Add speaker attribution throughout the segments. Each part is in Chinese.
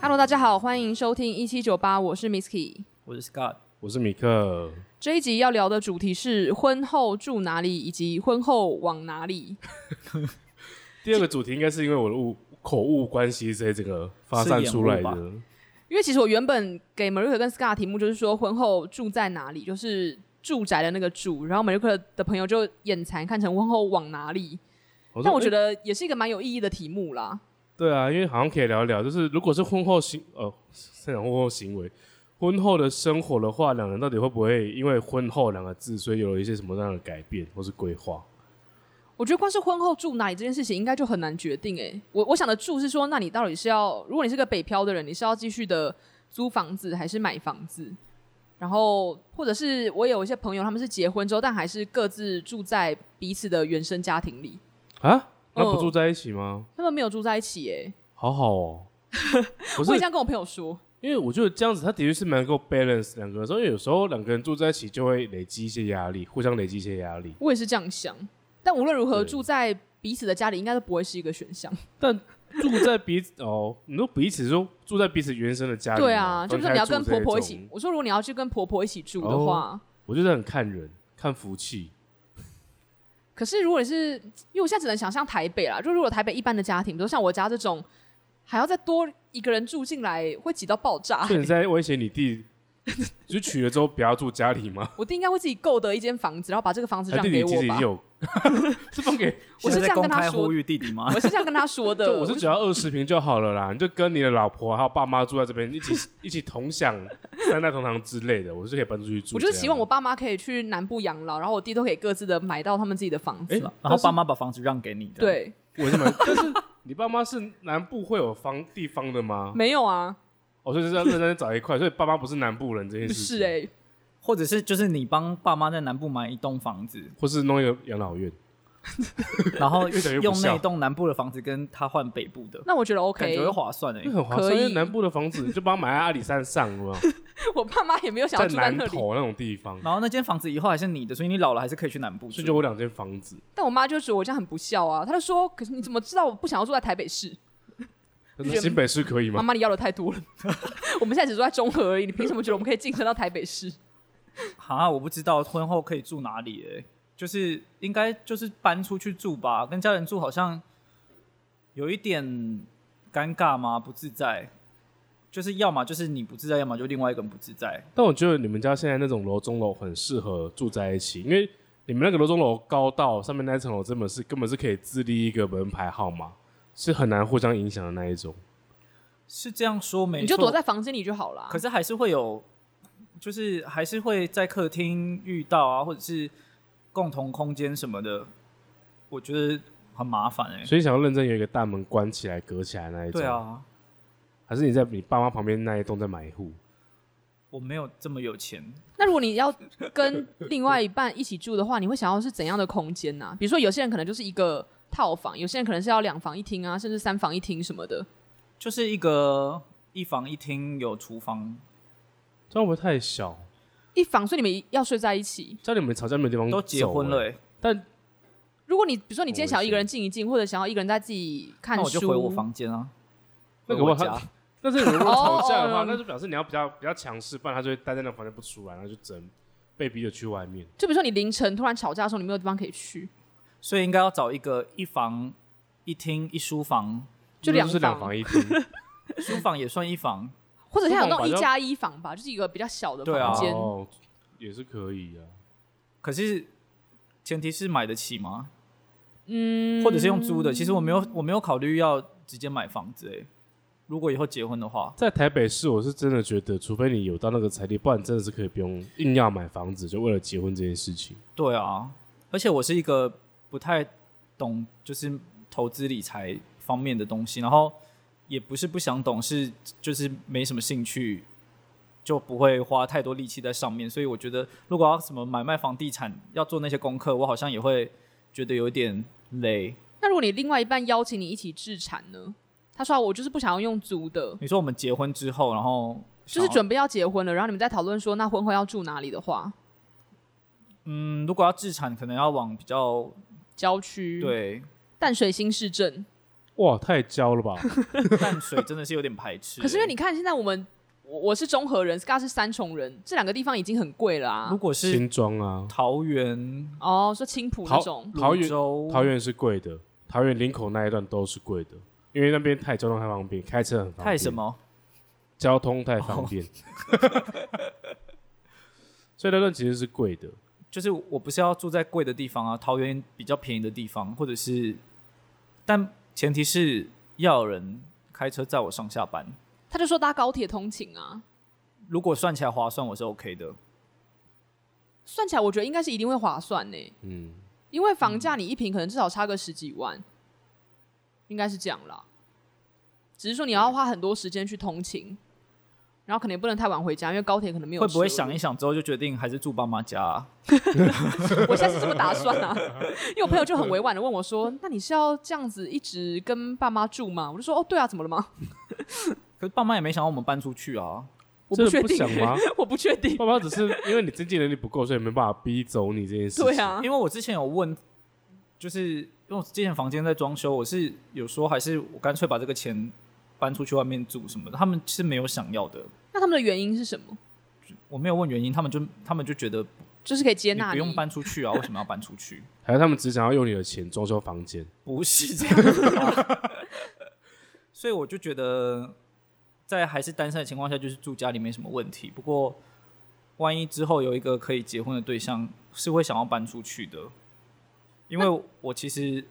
Speaker 1: Hello，大家好，欢迎收听一七九八，我是 Misky。
Speaker 2: 我是 Scott，
Speaker 3: 我是米克，
Speaker 1: 这一集要聊的主题是婚后住哪里，以及婚后往哪里。
Speaker 3: 第二个主题应该是因为我的误口误关系在这个发散出来
Speaker 2: 是
Speaker 3: 的
Speaker 2: 延误，
Speaker 1: 因为其实我原本给 Marika 跟 Scar 题目就是说婚后住在哪里，就是住宅的那个住，然后 Marika 的朋友就眼馋看成婚后往哪里，
Speaker 3: 我说
Speaker 1: 但我
Speaker 3: 诶
Speaker 1: 觉得也是一个蛮有意义的题目啦。
Speaker 3: 对啊，因为好像可以聊一聊，就是如果是婚后行呃，生讲婚后行为，婚后的生活的话，两人到底会不会因为婚后两个字，所以有了一些什么样的改变或是规划？
Speaker 1: 我觉得光是婚后住哪里这件事情，应该就很难决定哎、我我想的住是说，那你到底是要，如果你是个北漂的人，你是要继续的租房子还是买房子？然后，或者是我有一些朋友，他们是结婚之后，但还是各自住在彼此的原生家庭里，
Speaker 3: 啊，那不
Speaker 1: 哦
Speaker 3: 住在一起吗？
Speaker 1: 他们没有住在一起哎、
Speaker 3: 好 好哦，不
Speaker 1: 我也
Speaker 3: 是
Speaker 1: 这，样跟我朋友说，
Speaker 3: 因为我觉得这样子，他的确是蛮能够 balance 两个人，所以有时候两个人住在一起就会累积一些压力，互相累积一些压力。
Speaker 1: 我也是这样想。但无论如何，
Speaker 3: 对
Speaker 1: 住在彼此的家里应该都不会是一个选项。
Speaker 3: 但住在彼此哦，你说彼此说住在彼此原生的家里嘛，哦
Speaker 1: 对啊，就
Speaker 3: 分
Speaker 1: 是你
Speaker 3: 开
Speaker 1: 要
Speaker 3: 住
Speaker 1: 跟
Speaker 3: 这
Speaker 1: 婆婆一
Speaker 3: 种
Speaker 1: 起。我说，如果你要去跟婆婆一起住的
Speaker 3: 哦
Speaker 1: 话，
Speaker 3: 我就是很看人，看福气。
Speaker 1: 可是如果你是，因为我现在只能想象台北啦，就如果台北一般的家庭，比如像我家这种，还要再多一个人住进来，会挤到爆炸
Speaker 3: 所。以你在威胁你弟， 就娶了之后不要住家里吗？
Speaker 1: 我弟应该会自己购得一间房子，然后把这个房子
Speaker 3: 他
Speaker 1: 让
Speaker 3: 弟
Speaker 1: 给
Speaker 3: 弟其
Speaker 1: 我
Speaker 3: 实已
Speaker 1: 吧
Speaker 3: 经。有， 是 分给
Speaker 1: 我
Speaker 2: 现
Speaker 1: 是这
Speaker 2: 在在
Speaker 1: 样
Speaker 2: 公
Speaker 1: 跟他
Speaker 2: 开
Speaker 1: 说
Speaker 2: 呼，吁弟弟吗？
Speaker 1: 我是这样跟他说
Speaker 3: 就
Speaker 1: 的。
Speaker 3: 我是只要二十平就好了啦，你就跟你的老婆还有爸妈住在这边，一起 一起同享三代同堂之类的，我是可以搬出去住。
Speaker 1: 我就是希望我。爸妈可以去南部养老，然后我弟都可以各自的买到他们自己的房子。
Speaker 3: 哎
Speaker 2: 啊然后爸妈把房子让给你的，，
Speaker 1: 对，
Speaker 3: 我是蛮， 但是你爸妈是南部会有房地方的吗？
Speaker 1: 没有啊，
Speaker 3: 哦，所以就是要认真找一块，所以爸妈不是南部人这件
Speaker 1: 不
Speaker 3: 事情。
Speaker 1: 是哎、
Speaker 2: 或者是就是你帮爸妈在南部买一栋 房子，
Speaker 3: 或是弄一个养老院，
Speaker 2: 然后
Speaker 3: 越讲越不
Speaker 2: 用
Speaker 3: 孝
Speaker 2: 那栋南部的房子跟他换北部的，
Speaker 1: 那我觉得
Speaker 2: 感
Speaker 1: OK
Speaker 2: 觉。会划算哎
Speaker 3: 因为。很划
Speaker 1: 可
Speaker 3: 算。因
Speaker 1: 以
Speaker 3: 为南部的房子就帮他买在阿里山上，有 没有
Speaker 1: 我爸妈也没有想
Speaker 3: 在
Speaker 1: 要住在
Speaker 3: 南
Speaker 1: 那里，
Speaker 3: 头那种地方，
Speaker 2: 然后那间房子以后还是你的，所以你老了还是可以去南部
Speaker 3: 所以就
Speaker 2: 住。
Speaker 3: 我两间房子。
Speaker 1: 但我妈就觉得我这样很不孝啊。她就说：“可是你怎么知道我不想要住在台北市？”
Speaker 3: 那新北市可以
Speaker 1: 妈
Speaker 3: 吗？
Speaker 1: 妈，你要的太多了。 我们现在只住在中和而已，你凭什么觉得我们可以晋升到台北市？
Speaker 2: 哈，我不知道婚后可以住哪里哎，就是应该就是搬出去住吧，跟家人住好像有一点尴尬吗？不自在，就是要么就是你不自在，要么就另外一个人不自在。
Speaker 3: 但我觉得你们家现在那种楼中楼很适合住在一起，因为你们那个楼中楼高到上面那一层楼真的是根本是可以自立一个门牌号码，是很难互相影响的那一种。
Speaker 2: 是这样说没错，
Speaker 1: 你就躲在房间里就好了。啊
Speaker 2: 可是还是会有，就是还是会在客厅遇到啊，或者是共同空间什么的，我觉得很麻烦哎、
Speaker 3: 所以想要认真有一个大门关起来、隔起来那一种。
Speaker 2: 对，啊，
Speaker 3: 还是你在你爸妈旁边那一栋再买一户？
Speaker 2: 我没有这么有钱，
Speaker 1: 那如果你要跟另外一半一起住的话，你会想要是怎样的空间呢、比如说，有些人可能就是一个套房，有些人可能是要两房一厅啊，甚至三房一厅什么的。
Speaker 2: 就是一个一房一厅有厨房，
Speaker 3: 这样会不会太小？
Speaker 1: 一房，所以你们要睡在一起。
Speaker 3: 这样你们吵架没有地方
Speaker 2: 都结
Speaker 3: 走
Speaker 2: 婚了
Speaker 3: 欸
Speaker 2: 哎、
Speaker 3: 但
Speaker 1: 如果你比如说你今天
Speaker 3: 我也
Speaker 1: 想要一个
Speaker 3: 是
Speaker 1: 人静一静，或者想要一个人在自己看
Speaker 2: 那
Speaker 1: 书，
Speaker 2: 我就回我房间啊，
Speaker 3: 那
Speaker 2: 回
Speaker 3: 个
Speaker 2: 我
Speaker 3: 我
Speaker 2: 家。
Speaker 3: 但是你如果吵架
Speaker 1: 哦
Speaker 3: 的
Speaker 1: 哦
Speaker 3: 话，那就表示你要比较比较强势，不然他就会待在那房间不出来，然后就只能被逼着去外面。
Speaker 1: 就比如说你凌晨突然吵架的时候，你没有地方可以去，
Speaker 2: 所以应该要找一个一房一厅一书房，
Speaker 1: 就
Speaker 3: 那
Speaker 1: 两
Speaker 3: 是两
Speaker 1: 房
Speaker 3: 房一厅，
Speaker 2: 书房也算一房，
Speaker 1: 或者像有那种
Speaker 3: 书
Speaker 1: 一
Speaker 3: 房
Speaker 1: 加一房吧，就是一个比较小的
Speaker 2: 对啊
Speaker 1: 房间。
Speaker 3: 哦，也是可以啊。
Speaker 2: 可是前提是买得起吗？嗯，或者是用租的。其实我没有，我没有考虑要直接买房子诶、欸如果以后结婚的话，
Speaker 3: 在台北市，我是真的觉得，除非你有到那个财力，不然真的是可以不用硬要买房子，就为了结婚这件事情。
Speaker 2: 对啊。而且我是一个不太懂就是投资理财方面的东西，然后也不是不想懂，是就是没什么兴趣，就不会花太多力气在上面。所以我觉得，如果要什么买卖房地产，要做那些功课，我好像也会觉得有一点累。
Speaker 1: 那如果你另外一半邀请你一起置产呢？他说啊我就是不想要用租的，
Speaker 2: 你说我们结婚之后，然后
Speaker 1: 就是
Speaker 2: 想要
Speaker 1: 准备要结婚了，然后你们在讨论说那婚后要住哪里的话，
Speaker 2: 嗯，如果要自产，可能要往比较
Speaker 1: 郊区、
Speaker 2: 对
Speaker 1: 淡水新市镇，
Speaker 3: 哇，太焦了吧？
Speaker 2: 淡水真的是有点排斥欸。
Speaker 1: 可是因为你看，现在我们我我是中和人，Scar 是三重人，这两个地方已经很贵了啊。
Speaker 2: 如果是
Speaker 3: 新庄啊，
Speaker 2: 桃园、
Speaker 1: 哦，说青浦那种，
Speaker 3: 桃
Speaker 2: 泸
Speaker 3: 园
Speaker 2: 州、
Speaker 3: 桃园是贵的，桃园林口那一段都是贵的，因为那边太交通太方便，开车很方便。
Speaker 2: 太什？么？哦
Speaker 3: 交通太方便。 所以那段其实是贵的，
Speaker 2: 就是我不是要住在贵的地方啊，桃园比较便宜的地方，或者是，但前提是要有人开车载我上下班。
Speaker 1: 他就说搭高铁通勤啊。
Speaker 2: 如果算起来划算，我是 OK 的。
Speaker 1: 算起来，我觉得应该是一定会划算呢、
Speaker 3: 嗯，
Speaker 1: 因为房价你一平可能至少差个十几万，应该是这样啦。只是说你要花很多时间去通勤，然后可能也不能太晚回家，因为高铁可能没有。
Speaker 2: 会不会想一？想之后就决定还是住爸妈家、啊？
Speaker 1: 我现在是这么打算啊，因为我朋友就很委婉的问我说：“那你是要这样子一直跟爸妈住吗？”我就说：“哦，对啊，怎么了吗
Speaker 2: 可是爸妈也没想到我们搬出去啊。？”
Speaker 1: 我
Speaker 3: 真的
Speaker 1: 确
Speaker 3: 不
Speaker 1: 定、
Speaker 3: 想吗
Speaker 1: 我不确定。
Speaker 3: 爸妈只是因为你经济能力不够，所以没办法逼走你这件事情。
Speaker 1: 对，啊，
Speaker 2: 因为我之前有问，就是因为我之前房间在装修，我是有说还是我干脆把这个钱搬出去外面住什么的，他们是没有想要的。
Speaker 1: 那他们的原因是什么？
Speaker 2: 我没有问原因，他们就他们就觉得
Speaker 1: 就是可以接
Speaker 2: 你
Speaker 1: 纳
Speaker 2: 不用搬出去啊，为什么要搬出去？
Speaker 3: 还是他们只想要用你的钱装修房间，
Speaker 2: 不是这样的吧， 所以我就觉得，在还是单身的情况下，就是住家里没什么问题。不过，万一之后有一个可以结婚的对象，是会想要搬出去的，因为我其实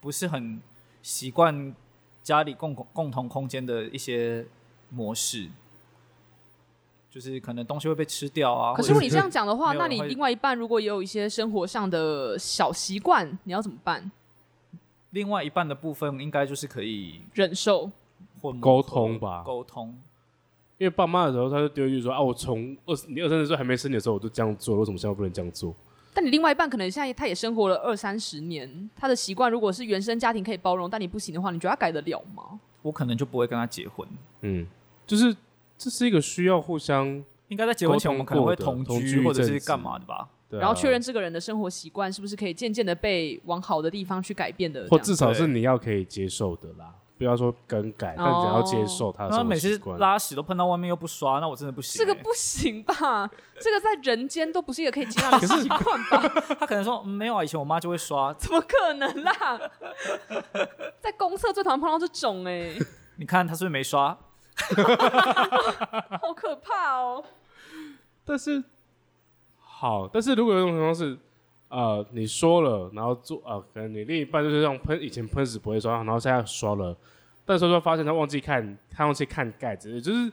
Speaker 2: 不是很习惯家里共共共同空间的一些模式，就是可能东西会被吃掉啊。
Speaker 1: 可
Speaker 2: 或
Speaker 1: 是
Speaker 2: 者
Speaker 1: 如果你这样讲的话，
Speaker 2: 没有
Speaker 1: 那你
Speaker 2: 会
Speaker 1: 另外一半如果也有一些生活上的小习惯，你要怎么办？
Speaker 2: 另外一半的部分，应该就是可以
Speaker 1: 忍受？
Speaker 2: 混合
Speaker 3: 沟通吧
Speaker 2: 沟通。
Speaker 3: 因为爸妈的时候他就丢一句说啊，我从二十你二三十岁还没生你的时候我就这样做，为什么现在不能这样做？
Speaker 1: 但你另外一半可能现在他也生活了二三十年，他的习惯如果是原生家庭可以包容，但你不行的话，你觉得他改得了吗？
Speaker 2: 我可能就不会跟他结婚。
Speaker 3: 嗯，就是这是一个需要互相
Speaker 2: 应该在结婚前，我们可能会同
Speaker 3: 沟通过的
Speaker 2: 居或者
Speaker 3: 同居一
Speaker 2: 是
Speaker 3: 阵子
Speaker 2: 干嘛的吧？
Speaker 3: 对啊
Speaker 1: 然后确认这个人的生活习惯是不是可以渐渐的被往好的地方去改变的这
Speaker 3: 或
Speaker 1: 样？
Speaker 3: 至少是你要可以接受的啦，不要说更改，但只要
Speaker 1: 哦
Speaker 3: 接受他的
Speaker 2: 然后
Speaker 3: 生活
Speaker 2: 每
Speaker 3: 习
Speaker 2: 次
Speaker 3: 惯。
Speaker 2: 拉屎都喷到外面又不刷，那我真的不行
Speaker 1: 这
Speaker 2: 欸、
Speaker 1: 个不行吧？这个在人间都不是一个可以接纳的习惯吧？
Speaker 2: 他可能说、嗯没有啊，以前我妈就会刷。
Speaker 1: 怎么可能啦？ 在公厕最讨厌碰到这种哎、
Speaker 2: 你看她是不是没刷？
Speaker 1: 好可怕哦！
Speaker 3: 但是好，但是如果有一种情况是，呃，你说了，然后做啊、呃，可能你另一半就是这样喷，以前喷屎不会刷，然后现在刷了，但是说发现他忘记看，他忘记看盖子，也就是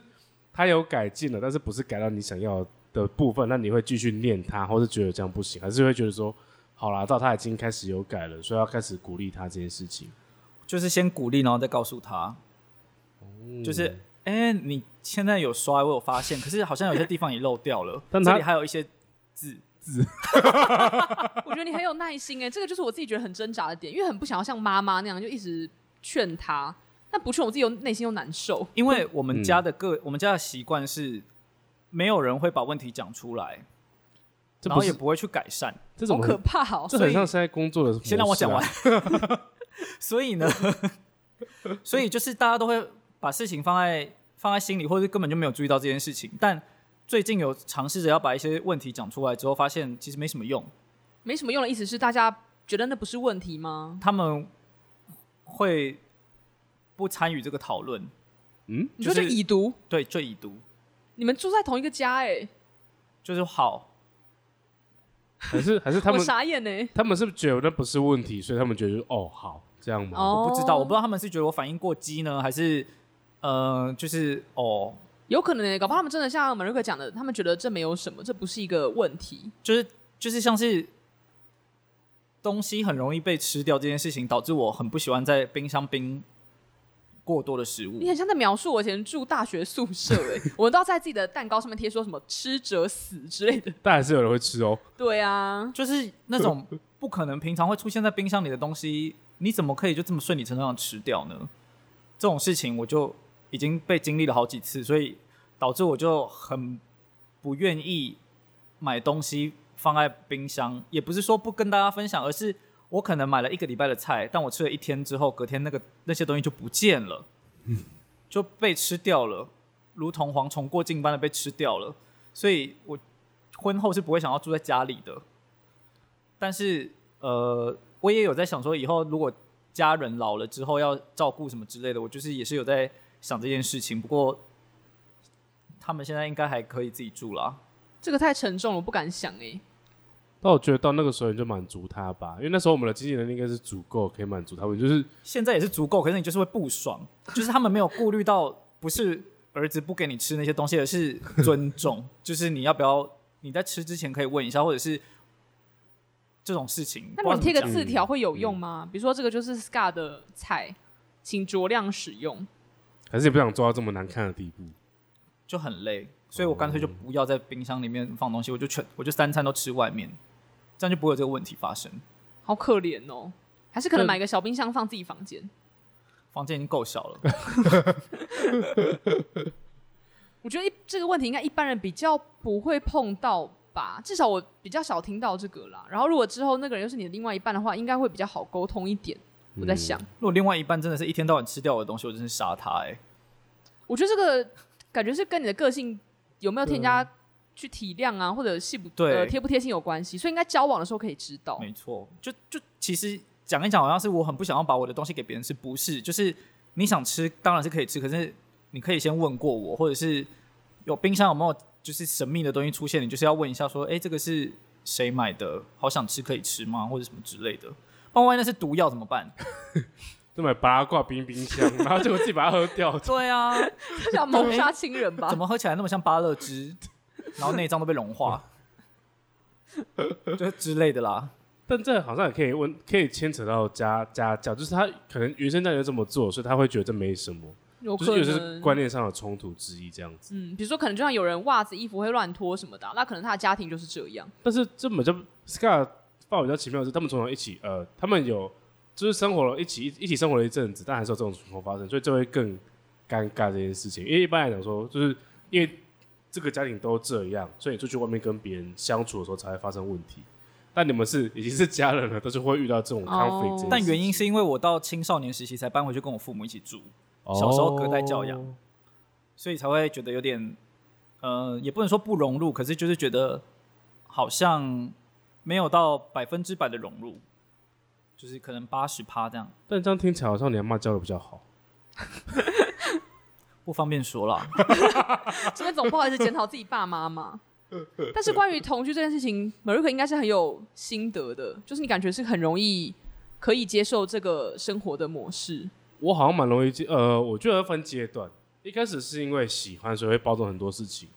Speaker 3: 他有改进了，但是不是改到你想要的部分，那你会继续念他，或是觉得这样不行，还是会觉得说，好啦，到他已经开始有改了，所以要开始鼓励他这件事情。
Speaker 2: 就是先鼓励，然后再告诉她，哦就是哎、欸你现在有刷，我有发现，可是好像有些地方也漏掉了，
Speaker 3: 但她
Speaker 2: 这里还有一些字。
Speaker 1: 我觉得你很有耐心哎、这个就是我自己觉得很挣扎的点，因为很不想要像妈妈那样就一直劝他，但不劝我自己又内心又难受。
Speaker 2: 因为我们家的个，我们家的习惯是，没有人会把问题讲出来，
Speaker 3: 这
Speaker 2: 然
Speaker 3: 不
Speaker 2: 后也
Speaker 3: 是
Speaker 2: 不会去改善。
Speaker 3: 这
Speaker 1: 好
Speaker 3: 种
Speaker 1: 可
Speaker 3: 很，
Speaker 1: 怕哦！
Speaker 3: 这
Speaker 1: 所
Speaker 3: 很
Speaker 1: 以
Speaker 3: 像是在工作的、
Speaker 2: 先让我讲完。 所以呢， 所以就是大家都会把事情放在放在心里，或者根本就没有注意到这件事情。但最近有尝试着要把一些问题讲出来之后，发现其实没什么用。
Speaker 1: 没什么用的意思是，大家觉得那不是问题吗？
Speaker 2: 他们会不参与这个讨论，
Speaker 3: 嗯，
Speaker 1: 你说就
Speaker 2: 就是
Speaker 1: 已读，
Speaker 2: 对，最已读
Speaker 1: 你们住在同一个家哎、
Speaker 2: 就是好，
Speaker 3: 还是还是他
Speaker 1: 我
Speaker 3: 们
Speaker 1: 傻眼哎、
Speaker 3: 他们是不是觉得那不是问题，所以他们觉得哦好这样吗？
Speaker 1: 哦
Speaker 2: 我不知道，我不知道他们是觉得我反应过激呢，还是呃，就是哦，
Speaker 1: 有可能、欸，搞不好他们真的像马瑞克讲的，他们觉得这没有什么，这不是一个问题。
Speaker 2: 就是就是像是东西很容易被吃掉这件事情，导致我很不喜欢在冰箱冰过多的食物
Speaker 1: 你。很像在描述我以前住大学宿舍哎、 我都要在自己的蛋糕上面贴说什么“吃者死”之类的。
Speaker 3: 但还是有人会吃哦。
Speaker 1: 对啊，
Speaker 2: 就是那种不可能平常会出现在冰箱里的东西，你怎么可以就这么顺理成章的吃掉呢？这种事情我就已经被经历了好几次，所以导致我就很不愿意买东西放在冰箱。也不是说不跟大家分享，而是我可能买了一个礼拜的菜，但我吃了一天之后，隔天那个那些东西就不见了，就被吃掉了，如同蝗虫过境般的被吃掉了。所以我婚后是不会想要住在家里的，但是呃，我也有在想说，以后如果家人老了之后要照顾什么之类的，我就是也是有在想这件事情。不过他们现在应该还可以自己住啦。
Speaker 1: 这个太沉重了，我不敢想哎、
Speaker 3: 但我觉得到那个时候你就满足他吧，因为那时候我们的经济能力应该是足够可以满足他们，就是
Speaker 2: 现在也是足够，可是你就是会不爽， 就是他们没有顾虑到，不是儿子不给你吃那些东西，而是尊重， 就是你要不要你在吃之前可以问一下，或者是这种事情。
Speaker 1: 那如果
Speaker 2: 不
Speaker 1: 你
Speaker 2: 知
Speaker 1: 贴个
Speaker 2: 道怎么讲
Speaker 1: 字条会有用吗？比如说这个就是 Scar 的菜，请酌量使用。
Speaker 3: 还是也不想做到这么难看的地步。
Speaker 2: 就很累，所以我干脆就不要在冰箱里面放东西，我就全我就三餐都吃外面，这样就不会有这个问题发生。
Speaker 1: 好可怜哦，还是可能
Speaker 3: 对
Speaker 1: 买个小冰箱放自己房间。
Speaker 2: 房间已经够小了，
Speaker 1: 我觉得一这个问题应该一般人比较不会碰到吧，至少我比较少听到这个啦。然后如果之后那个人又是你的另外一半的话，应该会比较好沟通一点。我在想，
Speaker 2: 如果另外一半真的是一天到晚吃掉我的东西，我真是杀他哎、
Speaker 1: 我觉得这个感觉是跟你的个性有没有添加去体谅啊，或者细不
Speaker 2: 对
Speaker 1: 呃贴不贴心有关系，所以应该交往的时候可以知道。
Speaker 2: 没错，就就其实讲一讲，好像是我很不想要把我的东西给别人吃，不是？就是你想吃当然是可以吃，可是你可以先问过我，或者是有冰箱有没有就是神秘的东西出现，你就是要问一下说，哎、这个是谁买的？好想吃，可以吃吗？或者什么之类的。不然万一那是毒药怎么办？
Speaker 3: 就买八卦冰冰箱，然后结果自己把它喝 掉，
Speaker 2: 对啊，
Speaker 1: 想谋杀亲人吧
Speaker 2: 怎？么喝起来那么像芭乐汁，然后内脏都被融化，就之类的啦。
Speaker 3: 但这好像也可以问，可以牵扯到家家教，就是他可能原生家庭就这么做，所以他会觉得这没什么，
Speaker 1: 有
Speaker 3: 就是
Speaker 1: 可
Speaker 3: 有些是
Speaker 1: 能。
Speaker 3: 观念上的冲突之一这样子。
Speaker 1: 嗯，比如说可能就像有人袜子、衣服会乱脱什么的啊、那可能他的家庭就是这 样。
Speaker 3: 但是这么就 Scar 发我比较奇妙的是，他们从小一起，呃，他们有就是生活了一起一一起生活了一阵子，但还是有这种情况发生，所以就会更尴尬这件事情。因为一般来讲说，就是因为这个家庭都这样，所以你出去外面跟别人相处的时候才会发生问题。但你们是已经是家人了，但是会遇到这种 conflict 这件事情、
Speaker 1: 哦
Speaker 2: 但原因是因为我到青少年时期才搬回去跟我父母一起住，小时候隔代教养
Speaker 3: 哦
Speaker 2: 所以才会觉得有点，呃，也不能说不融入，可是就是觉得好像没有到百分之百的融入，就是可能八十趴这样，
Speaker 3: 但这样听起来好像你阿妈教的比较好。
Speaker 2: 不方便说啦。
Speaker 1: 这边总不好意思检讨自己爸妈 嘛。但是关于同居这件事情 m a r i k 应该是很有心得的，就是你感觉是很容易可以接受这个生活的模式。
Speaker 3: 我好像蛮容易接，呃，我觉得要分阶段。一开始是因为喜欢，所以会包装很多事情，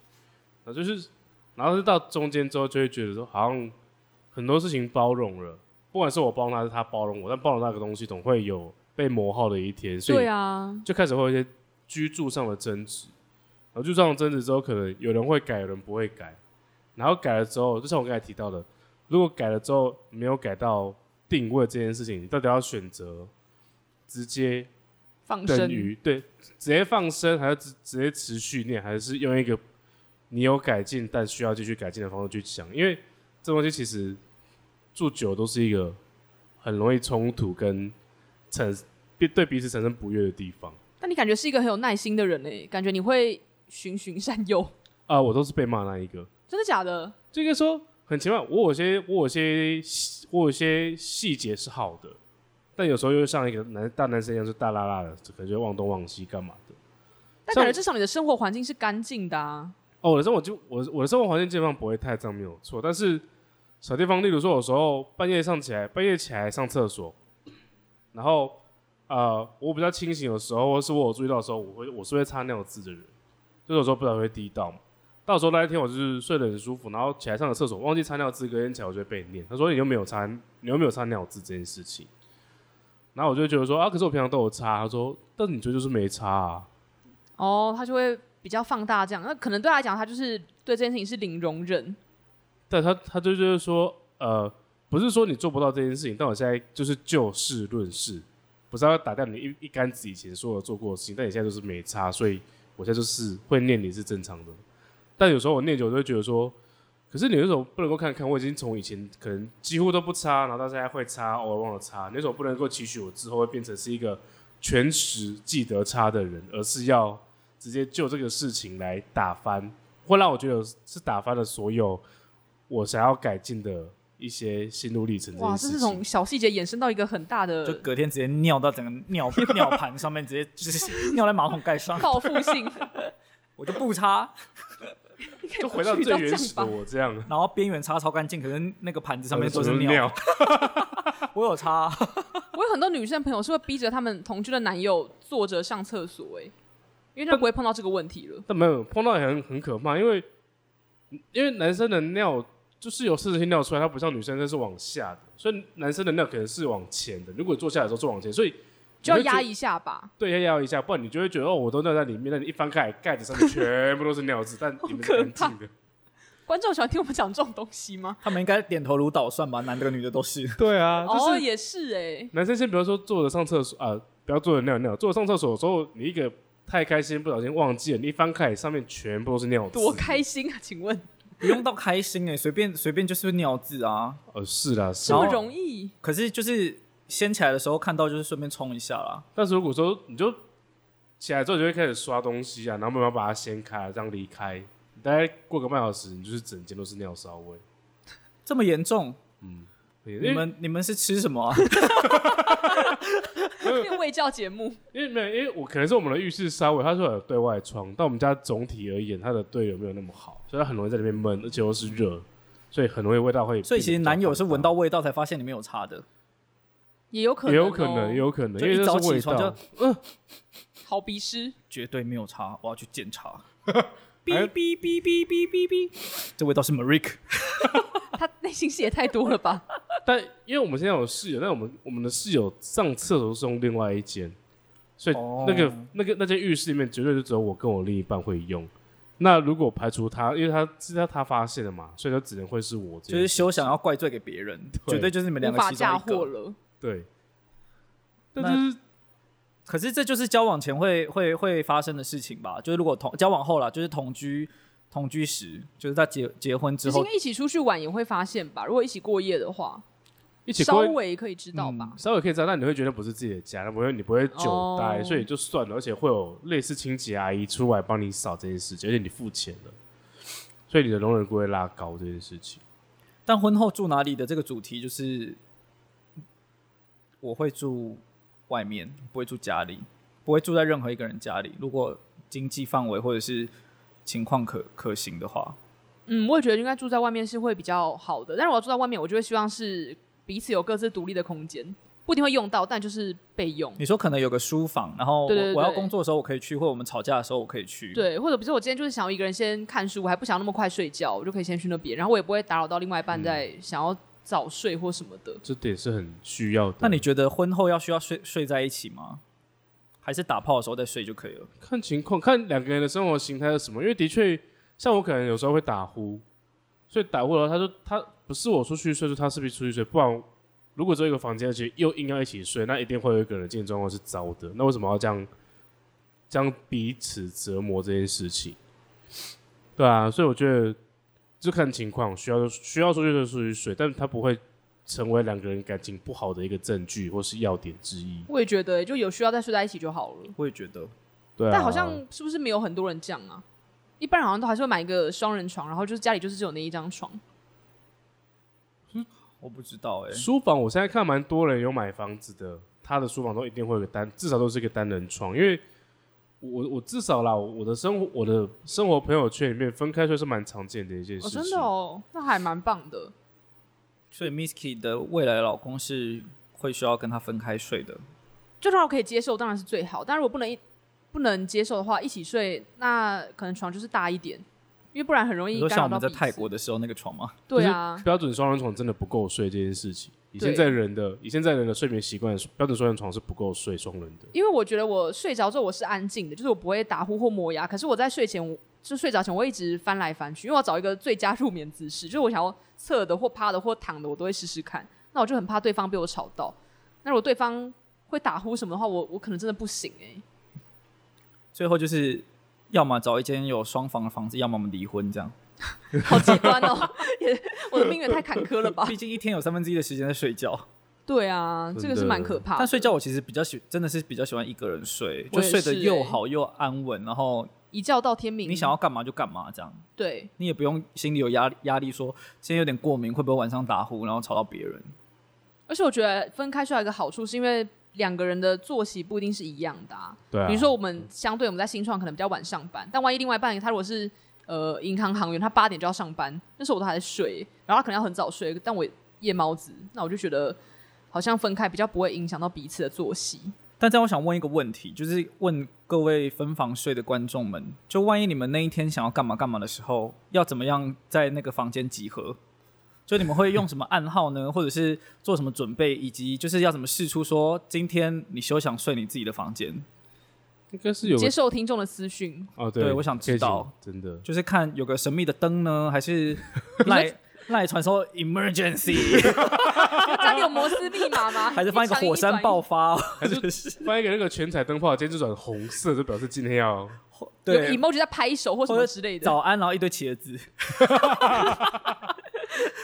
Speaker 3: 然后就是，然后是到中间之后，就会觉得说，好像很多事情包容了，不管是我包容他，还是他包容我，但包容那个东西总会有被磨耗的一天，所
Speaker 1: 对
Speaker 3: 以
Speaker 1: 啊，
Speaker 3: 就开始会有一些居住上的争执，然后居住上的争执之后，可能有人会改，有人不会改，然后改了之后，就像我刚才提到的，如果改了之后没有改到定位这件事情，你到底要选择直接
Speaker 1: 放
Speaker 3: 等
Speaker 1: 生。
Speaker 3: 于对直接放生，还是直直接持续念，还是用一个你有改进但需要继续改进的方式去想？因为这东西其实住久都是一个很容易冲突跟产对对彼此产生不悦的地方。
Speaker 1: 但你感觉是一个很有耐心的人诶、感觉你会循循善诱，
Speaker 3: 啊、我都是被骂那一个。
Speaker 1: 真的假的？
Speaker 3: 这个说很奇怪，我有些我有些我有些细节是好的，但有时候又像一个男大男生一样，是大拉拉的，可能就忘东忘西干嘛的。
Speaker 1: 但
Speaker 3: 像
Speaker 1: 感觉至少你的生活环境是干净的啊。
Speaker 3: 哦，我的生活就我我的生活环境基本上不会太脏，没有错。但是小地方，例如说，有时候半夜上起来，半夜起来上厕所，然后呃，我比较清醒的时候，或是我有注意到的时候，我会我是会擦尿渍的人，就是有时候不小心会滴到嘛。到时候那一天我就是睡得很舒服，然后起来上个厕所，忘记擦尿渍，隔天起来我就会被念，他说你又没有擦，你又没有擦尿渍这件事情。然后我就会觉得说啊，可是我平常都有擦。他说，但你觉得就是没擦啊？
Speaker 1: 哦，他就会比较放大这样。那可能对他来讲，他就是对这件事情是零容忍。
Speaker 3: 但他他就就是说，呃，不是说你做不到这件事情，但我现在就是就事论事，不是要打掉你一一竿子以前所有做过的事情，但你现在就是没差，所以我现在就是会念你是正常的。但有时候我念久，就会觉得说，可可是你为什么不能够看看？我已经从以前可能几乎都不擦，然后到现在会哦擦，偶尔忘了擦。你为什么不能够期许我之后会变成是一个全时记得擦的人，而是要直接就这个事情来打翻，会让我觉得是打翻了所有我想要改进的一些心路历程件
Speaker 1: 哇，这是
Speaker 3: 事情。
Speaker 1: 从小细节延伸到一个很大
Speaker 2: 就
Speaker 1: 的
Speaker 2: 隔天直接尿到整个尿尿盘上面，直接就是 尿在马桶盖上，
Speaker 1: 报复性，
Speaker 2: 我就不擦，
Speaker 1: 你可以
Speaker 3: 就
Speaker 1: 不
Speaker 3: 回到
Speaker 1: 去
Speaker 3: 最
Speaker 1: 这
Speaker 3: 原
Speaker 1: 样
Speaker 3: 始
Speaker 1: 吧
Speaker 3: 的我这样，
Speaker 2: 然后边缘擦超干净，可是那个盘子上面都
Speaker 3: 我
Speaker 2: 是
Speaker 3: 的
Speaker 2: 尿。
Speaker 3: 呃尿，
Speaker 2: 我有啊擦，
Speaker 1: 我有很多女生朋友是会逼着他们同居的男友坐着上厕所、欸，因为他不会碰到这个问题了。
Speaker 3: 但没有碰到也很很可怕，因为因为男生的尿就是有四十天尿出来，它不像女生那是往下的，所以男生的尿可能是往前的。如果你坐下来的时候是往前，所以
Speaker 1: 就要
Speaker 3: 你会觉
Speaker 1: 压，一下吧，
Speaker 3: 对，要压一下，不然你就会觉得哦，我都尿在里面。但你一翻开，盖子上面全部都是尿渍，但你们
Speaker 1: 好可
Speaker 3: 干净的。
Speaker 1: 观众喜欢听我们讲这种东西 吗？
Speaker 2: 他们应该点头如捣蒜吧，男的跟女的都是。
Speaker 3: 对啊，就
Speaker 1: 哦，
Speaker 3: 是
Speaker 1: 也是哎、欸，
Speaker 3: 男生先不要说坐着上厕所啊，不要坐着尿尿，坐着上厕所的时候，你一个太开心，不小心忘记了，你一翻开上面全部都是尿渍，
Speaker 1: 多开心啊！请问
Speaker 2: 不用到开心哎、随便随便就是尿渍啊。
Speaker 3: 哦，是啦，是
Speaker 1: 这
Speaker 3: 啦
Speaker 1: 么容易？
Speaker 2: 可是就是掀起来的时候看到，就是顺便冲一下啦。
Speaker 3: 但是如果说你就起来之后，你就会开始刷东西啊，然后慢慢把它掀开，这样离开。你大概过个半小时，你就是整间都是尿骚味。
Speaker 2: 这么严重？
Speaker 3: 因
Speaker 2: 你
Speaker 3: 为
Speaker 2: 们你们是吃什 么、啊？
Speaker 1: 变卫教节目，
Speaker 3: 因为没有，因为我可能是我们的浴室稍微它是有对外窗，但我们家总体而言它的对流没有那么好，所以它很容易在里面闷，而且又是热，所以很容易味道会。
Speaker 2: 所以其实男友是闻到，味道才发现你没有擦的，
Speaker 1: 也有可能、
Speaker 3: 也有可能，也，哦有可能，
Speaker 2: 就
Speaker 3: 因为
Speaker 2: 一早
Speaker 3: 这是
Speaker 2: 起
Speaker 3: 味
Speaker 2: 床就
Speaker 3: 道。
Speaker 1: 好鼻师，
Speaker 2: 绝对没有擦，我要去检 查。
Speaker 3: 哎
Speaker 2: 哔哔哔哔哔哔哔，这味道是 Marik。
Speaker 1: 他内心戏也太多了吧？
Speaker 3: 但因为我们现在有室友，但我们我们的室友上厕所是用另外一间，所以
Speaker 2: 哦
Speaker 3: 那个、那个那间浴室里面绝对就只有我跟我另一半会用。那如果排除他，因为他是他他发现的嘛，所以就只能会是我这
Speaker 2: 就是
Speaker 3: 样。
Speaker 2: 休想要怪罪给别人，
Speaker 3: 对
Speaker 2: 绝对就是你们两
Speaker 1: 无
Speaker 2: 个
Speaker 1: 法
Speaker 2: 其中
Speaker 1: 嫁
Speaker 2: 一
Speaker 1: 祸
Speaker 2: 个。
Speaker 1: 了，
Speaker 3: 对，但
Speaker 2: 那
Speaker 3: 就是
Speaker 2: 可是这就是交往前会会会发生的事情吧？就是如果同交往后啦，就是同居同居时，就是在结结婚之
Speaker 1: 其实
Speaker 2: 后
Speaker 1: 应，该一起出去玩也会发现吧？如果一起过夜的话，
Speaker 3: 一起
Speaker 1: 稍
Speaker 3: 过
Speaker 1: 微可以知道吧？
Speaker 3: 稍微可以知道，但你会觉得不是自己的家，那不会你不会久待，
Speaker 1: 哦
Speaker 3: 所以就算了，而且会有类似清洁阿姨出来帮你扫这件事情，而且你付钱了，所以你的容忍度会拉高这件事情。
Speaker 2: 但婚后住哪里的这个主题就是，我会住外面，不会住家里，不会住在任何一个人家里。如果经济范围或者是情况可可行的话，
Speaker 1: 嗯，我也觉得应该住在外面是会比较好的。但是我要住在外面，我就会希望是彼此有各自独立的空间，不一定会用到，但就是备用。
Speaker 3: 嗯
Speaker 2: 你说可能有个书房，然后我
Speaker 1: 对对对
Speaker 2: 我要工作的时候我可以去，或者我们吵架的时候我可以去。，
Speaker 1: 对，或者比如说我今天就是想要一个人先看书，我还不想要那么快睡觉，我就可以先去那边，然后我也不会打扰到另外一
Speaker 3: 嗯
Speaker 1: 半在想要早睡或什么的。
Speaker 3: 这点是很需要的。
Speaker 2: 那你觉得婚后要需要睡睡在一起吗？还是打炮的时候再睡就可以了？
Speaker 3: 看情况，看两个人的生活形态是什么。因为的确，像我可能有时候会打呼，所以打呼的话，他说他不是我出去睡，就是他是必须出去睡，不然如果只有一个房间，而且又硬要一起睡，那一定会有一个人精神状况是糟的。那为什么要这样这样彼此折磨这件事情？对啊，所以我觉得就看情况，需要就需要出去就出去睡，但他不会成为两个人感情不好的一个证据或是要点之一。
Speaker 1: 我也觉得、就有需要再睡在一起就好了。
Speaker 2: 我也觉得，
Speaker 3: 对啊，
Speaker 1: 但好像是不是没有很多人这样啊？一般人好像都还是会买一个双人床，然后就是家里就是只有那一张床。哦
Speaker 2: 我不知道哎、
Speaker 3: 书房，我现在看蛮多人有买房子的，他的书房都一定会有个单，至少都是一个单人床，因为我我至少啦，我的生活我的生活朋友圈里面分开睡是蛮常见的一件
Speaker 1: 哦，
Speaker 3: 事情。
Speaker 1: 真的哦，那还蛮棒的。
Speaker 2: 所以 Misky 的未来老公是会需要跟她分开睡的。
Speaker 1: 就让我可以接受，当然是最好。但如果不能一不能接受的话，一起睡，那可能床就是大一点，因为不然很容
Speaker 2: 你
Speaker 1: 易
Speaker 2: 说
Speaker 1: 干
Speaker 2: 像我
Speaker 1: 扰到
Speaker 2: 们在
Speaker 1: 彼
Speaker 2: 泰
Speaker 1: 此
Speaker 2: 国的时候那个床吗？
Speaker 1: 对啊，
Speaker 3: 标准双人床真的不够睡这件事情，以
Speaker 1: 对
Speaker 3: 现在人的以现在人的睡眠习惯，标准双人床是不够睡双人的。
Speaker 1: 因为我觉得我睡着之后我是安静的，就是我不会打呼或磨牙。可是我在睡前，我就睡着前，我会一直翻来翻去，因为我要找一个最佳入眠姿势，就是我想要侧的或趴的或躺的，我都会试试看。那我就很怕对方被我吵到。那如果对方会打呼什么的话，我我可能真的不行 哎、
Speaker 2: 最后就是，要么找一间有双房的房子，要么我们离婚这样。
Speaker 1: 好极端哦，也我的命运也太坎坷了 吧？
Speaker 2: 毕竟一天有三分之一的时间在睡觉，
Speaker 1: 对啊，这个是蛮可怕
Speaker 2: 但
Speaker 1: 的。
Speaker 2: 睡觉我其实比较喜，真的是比较喜欢一个人睡，
Speaker 1: 我
Speaker 2: 就
Speaker 1: 也
Speaker 2: 睡得
Speaker 1: 是
Speaker 2: 又
Speaker 1: 欸
Speaker 2: 好又安稳，然后
Speaker 1: 一觉到天明，
Speaker 2: 你想要干嘛就干嘛这样。
Speaker 1: 对
Speaker 2: 你也不用心里有压力，压力说今天有点过敏，会不会晚上打呼，然后吵到别人？
Speaker 1: 而且我觉得分开出来一个好处，是因为两个人的作息不一定是一样的、啊。
Speaker 3: 对啊，
Speaker 1: 比如说，我们相对我们在新创可能比较晚上班，但万一另外一半他如果是呃银行行员，他八点就要上班，那时候我都还在睡，然后他可能要很早睡，但我夜猫子，那我就觉得好像分开比较不会影响到彼此的作息。
Speaker 2: 但这样我想问一个问题，就是问各位分房睡的观众们，就万一你们那一天想要干嘛干嘛的时候，要怎么样在那个房间集合？就你们会用什么暗号呢， 或者是做什么准备，以及就是要怎么试出说今天你休想睡你自己的房间，
Speaker 3: 应该是有
Speaker 1: 接
Speaker 3: 个
Speaker 1: 受听众的私讯，
Speaker 3: 哦，
Speaker 2: 对我想知
Speaker 3: 贴心
Speaker 2: 道
Speaker 3: 真的
Speaker 2: 就是看有个神秘的灯呢，还是赖赖传说 emergency，
Speaker 1: 家里有摩斯密码吗？
Speaker 2: 还是放一个
Speaker 1: 长音
Speaker 2: 火山
Speaker 1: 短音
Speaker 2: 爆发，
Speaker 3: 还是放一个那个全彩灯泡，今天就转红色，就表示今天要
Speaker 1: 有
Speaker 2: 对，
Speaker 1: emoji 在拍手或什
Speaker 2: 或
Speaker 1: 么
Speaker 2: 者
Speaker 1: 之类的。
Speaker 2: 早安，然后一堆茄子，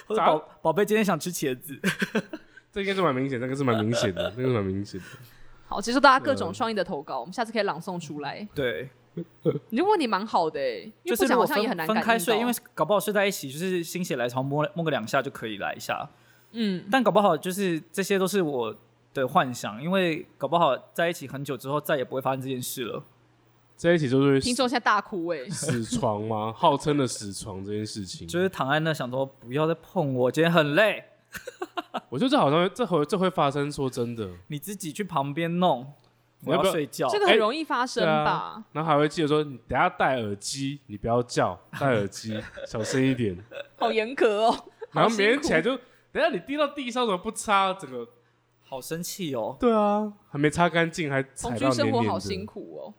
Speaker 2: 或者宝宝贝今天想吃茄子，
Speaker 3: 这应该是蛮明显，那个是蛮明显的，那个是蛮明显的。
Speaker 1: 好，接受大家各
Speaker 2: 嗯
Speaker 1: 种创意的投稿，我们下次可以朗诵出来。
Speaker 2: 对，
Speaker 1: 你这个问题蛮好的、欸，因
Speaker 2: 就
Speaker 1: 为不
Speaker 2: 是如
Speaker 1: 讲好
Speaker 2: 果
Speaker 1: 像也很
Speaker 2: 分
Speaker 1: 难
Speaker 2: 分
Speaker 1: 感
Speaker 2: 开
Speaker 1: 应到
Speaker 2: 睡，因为搞不好睡在一起，就是心血来潮摸摸个两下就可以来一下，
Speaker 1: 嗯，
Speaker 2: 但搞不好就是这些都是我的幻想，因为搞不好在一起很久之后再也不会发生这件事了。
Speaker 3: 在一起就是
Speaker 1: 听众现在大哭哎、
Speaker 3: 死床吗？号称的死床这件事情，
Speaker 2: 就是躺在那想说不要再碰我，今天很累，
Speaker 3: 我觉得这好像这会这会发生，说真的，
Speaker 2: 你自己去旁边弄，我
Speaker 3: 要
Speaker 2: 要
Speaker 3: 不要
Speaker 2: 睡觉。
Speaker 1: 这个很容易发生
Speaker 3: 哦哎对啊
Speaker 1: 吧？
Speaker 3: 然后还会记得说，你等下戴耳机，你不要叫， 戴耳机，小声一点。
Speaker 1: 好严格哦。
Speaker 3: 然
Speaker 1: 好
Speaker 3: 后
Speaker 1: 辛
Speaker 3: 明天
Speaker 1: 苦
Speaker 3: 起来就，等下你滴到地上怎么不擦？整个
Speaker 2: 好生气哦！
Speaker 3: 对啊，还没擦干净，还踩
Speaker 1: 同
Speaker 3: 到
Speaker 1: 居
Speaker 3: 黏
Speaker 1: 生活
Speaker 3: 黏
Speaker 1: 好
Speaker 3: 的，
Speaker 1: 辛苦哦，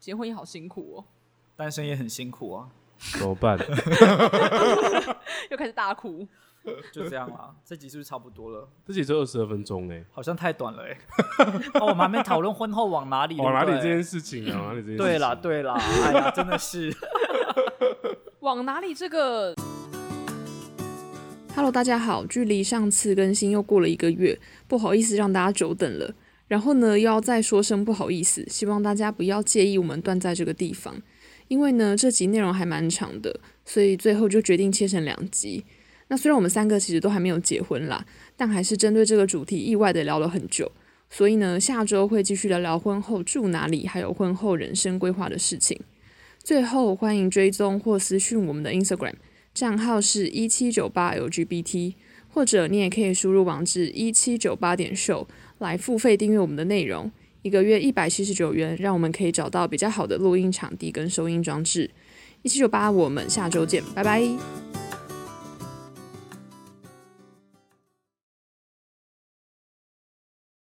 Speaker 1: 结婚也好辛苦哦，
Speaker 2: 单身也很辛苦啊，
Speaker 3: 怎么办？
Speaker 1: 又开始大哭。
Speaker 2: 就这样啦。 这集是不是差不多了？
Speaker 3: 这己只有二十二分钟 哎，
Speaker 2: 好像太短 了哎、哦，我们还没讨论婚后往哪
Speaker 1: 啊
Speaker 2: 里？
Speaker 3: 哦往哪里
Speaker 2: 对不
Speaker 3: 这
Speaker 2: 对
Speaker 3: 件事情啊？往哪里这件事情？
Speaker 2: 对啦，对啦，哎呀，真的是。
Speaker 1: 往哪里？这个
Speaker 4: Hello，大家好，距离上次更新又过了一个月，不好意思让大家久等了。然后呢，又要再说声不好意思，希望大家不要介意我们断在这个地方，因为呢这集内容还蛮长的，所以最后就决定切成两集。那虽然我们三个其实都还没有结婚啦，但还是针对这个主题意外的聊了很久。所以呢，下周会继续聊聊婚后住哪里，还有婚后人生规划的事情。最后，欢迎追踪或私讯我们的 Instagram。账号是一七九八 LGBT，或者你也可以输入网址一七九八点 show 来付费订阅我们的内容，一个月一百七十九元，让我们可以找到比较好的录音场地跟收音装置。一七九八，我们下周见，拜拜。